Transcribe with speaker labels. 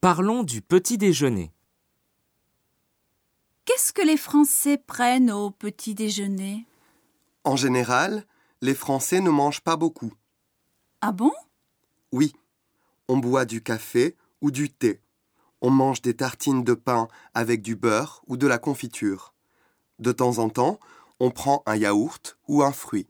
Speaker 1: Parlons du petit déjeuner.
Speaker 2: Qu'est-ce que les Français prennent au petit déjeuner
Speaker 3: En général, les Français ne mangent pas beaucoup.
Speaker 2: Ah bon
Speaker 3: Oui, on boit du café ou du thé. On mange des tartines de pain avec du beurre ou de la confiture. De temps en temps, on prend un yaourt ou un fruit.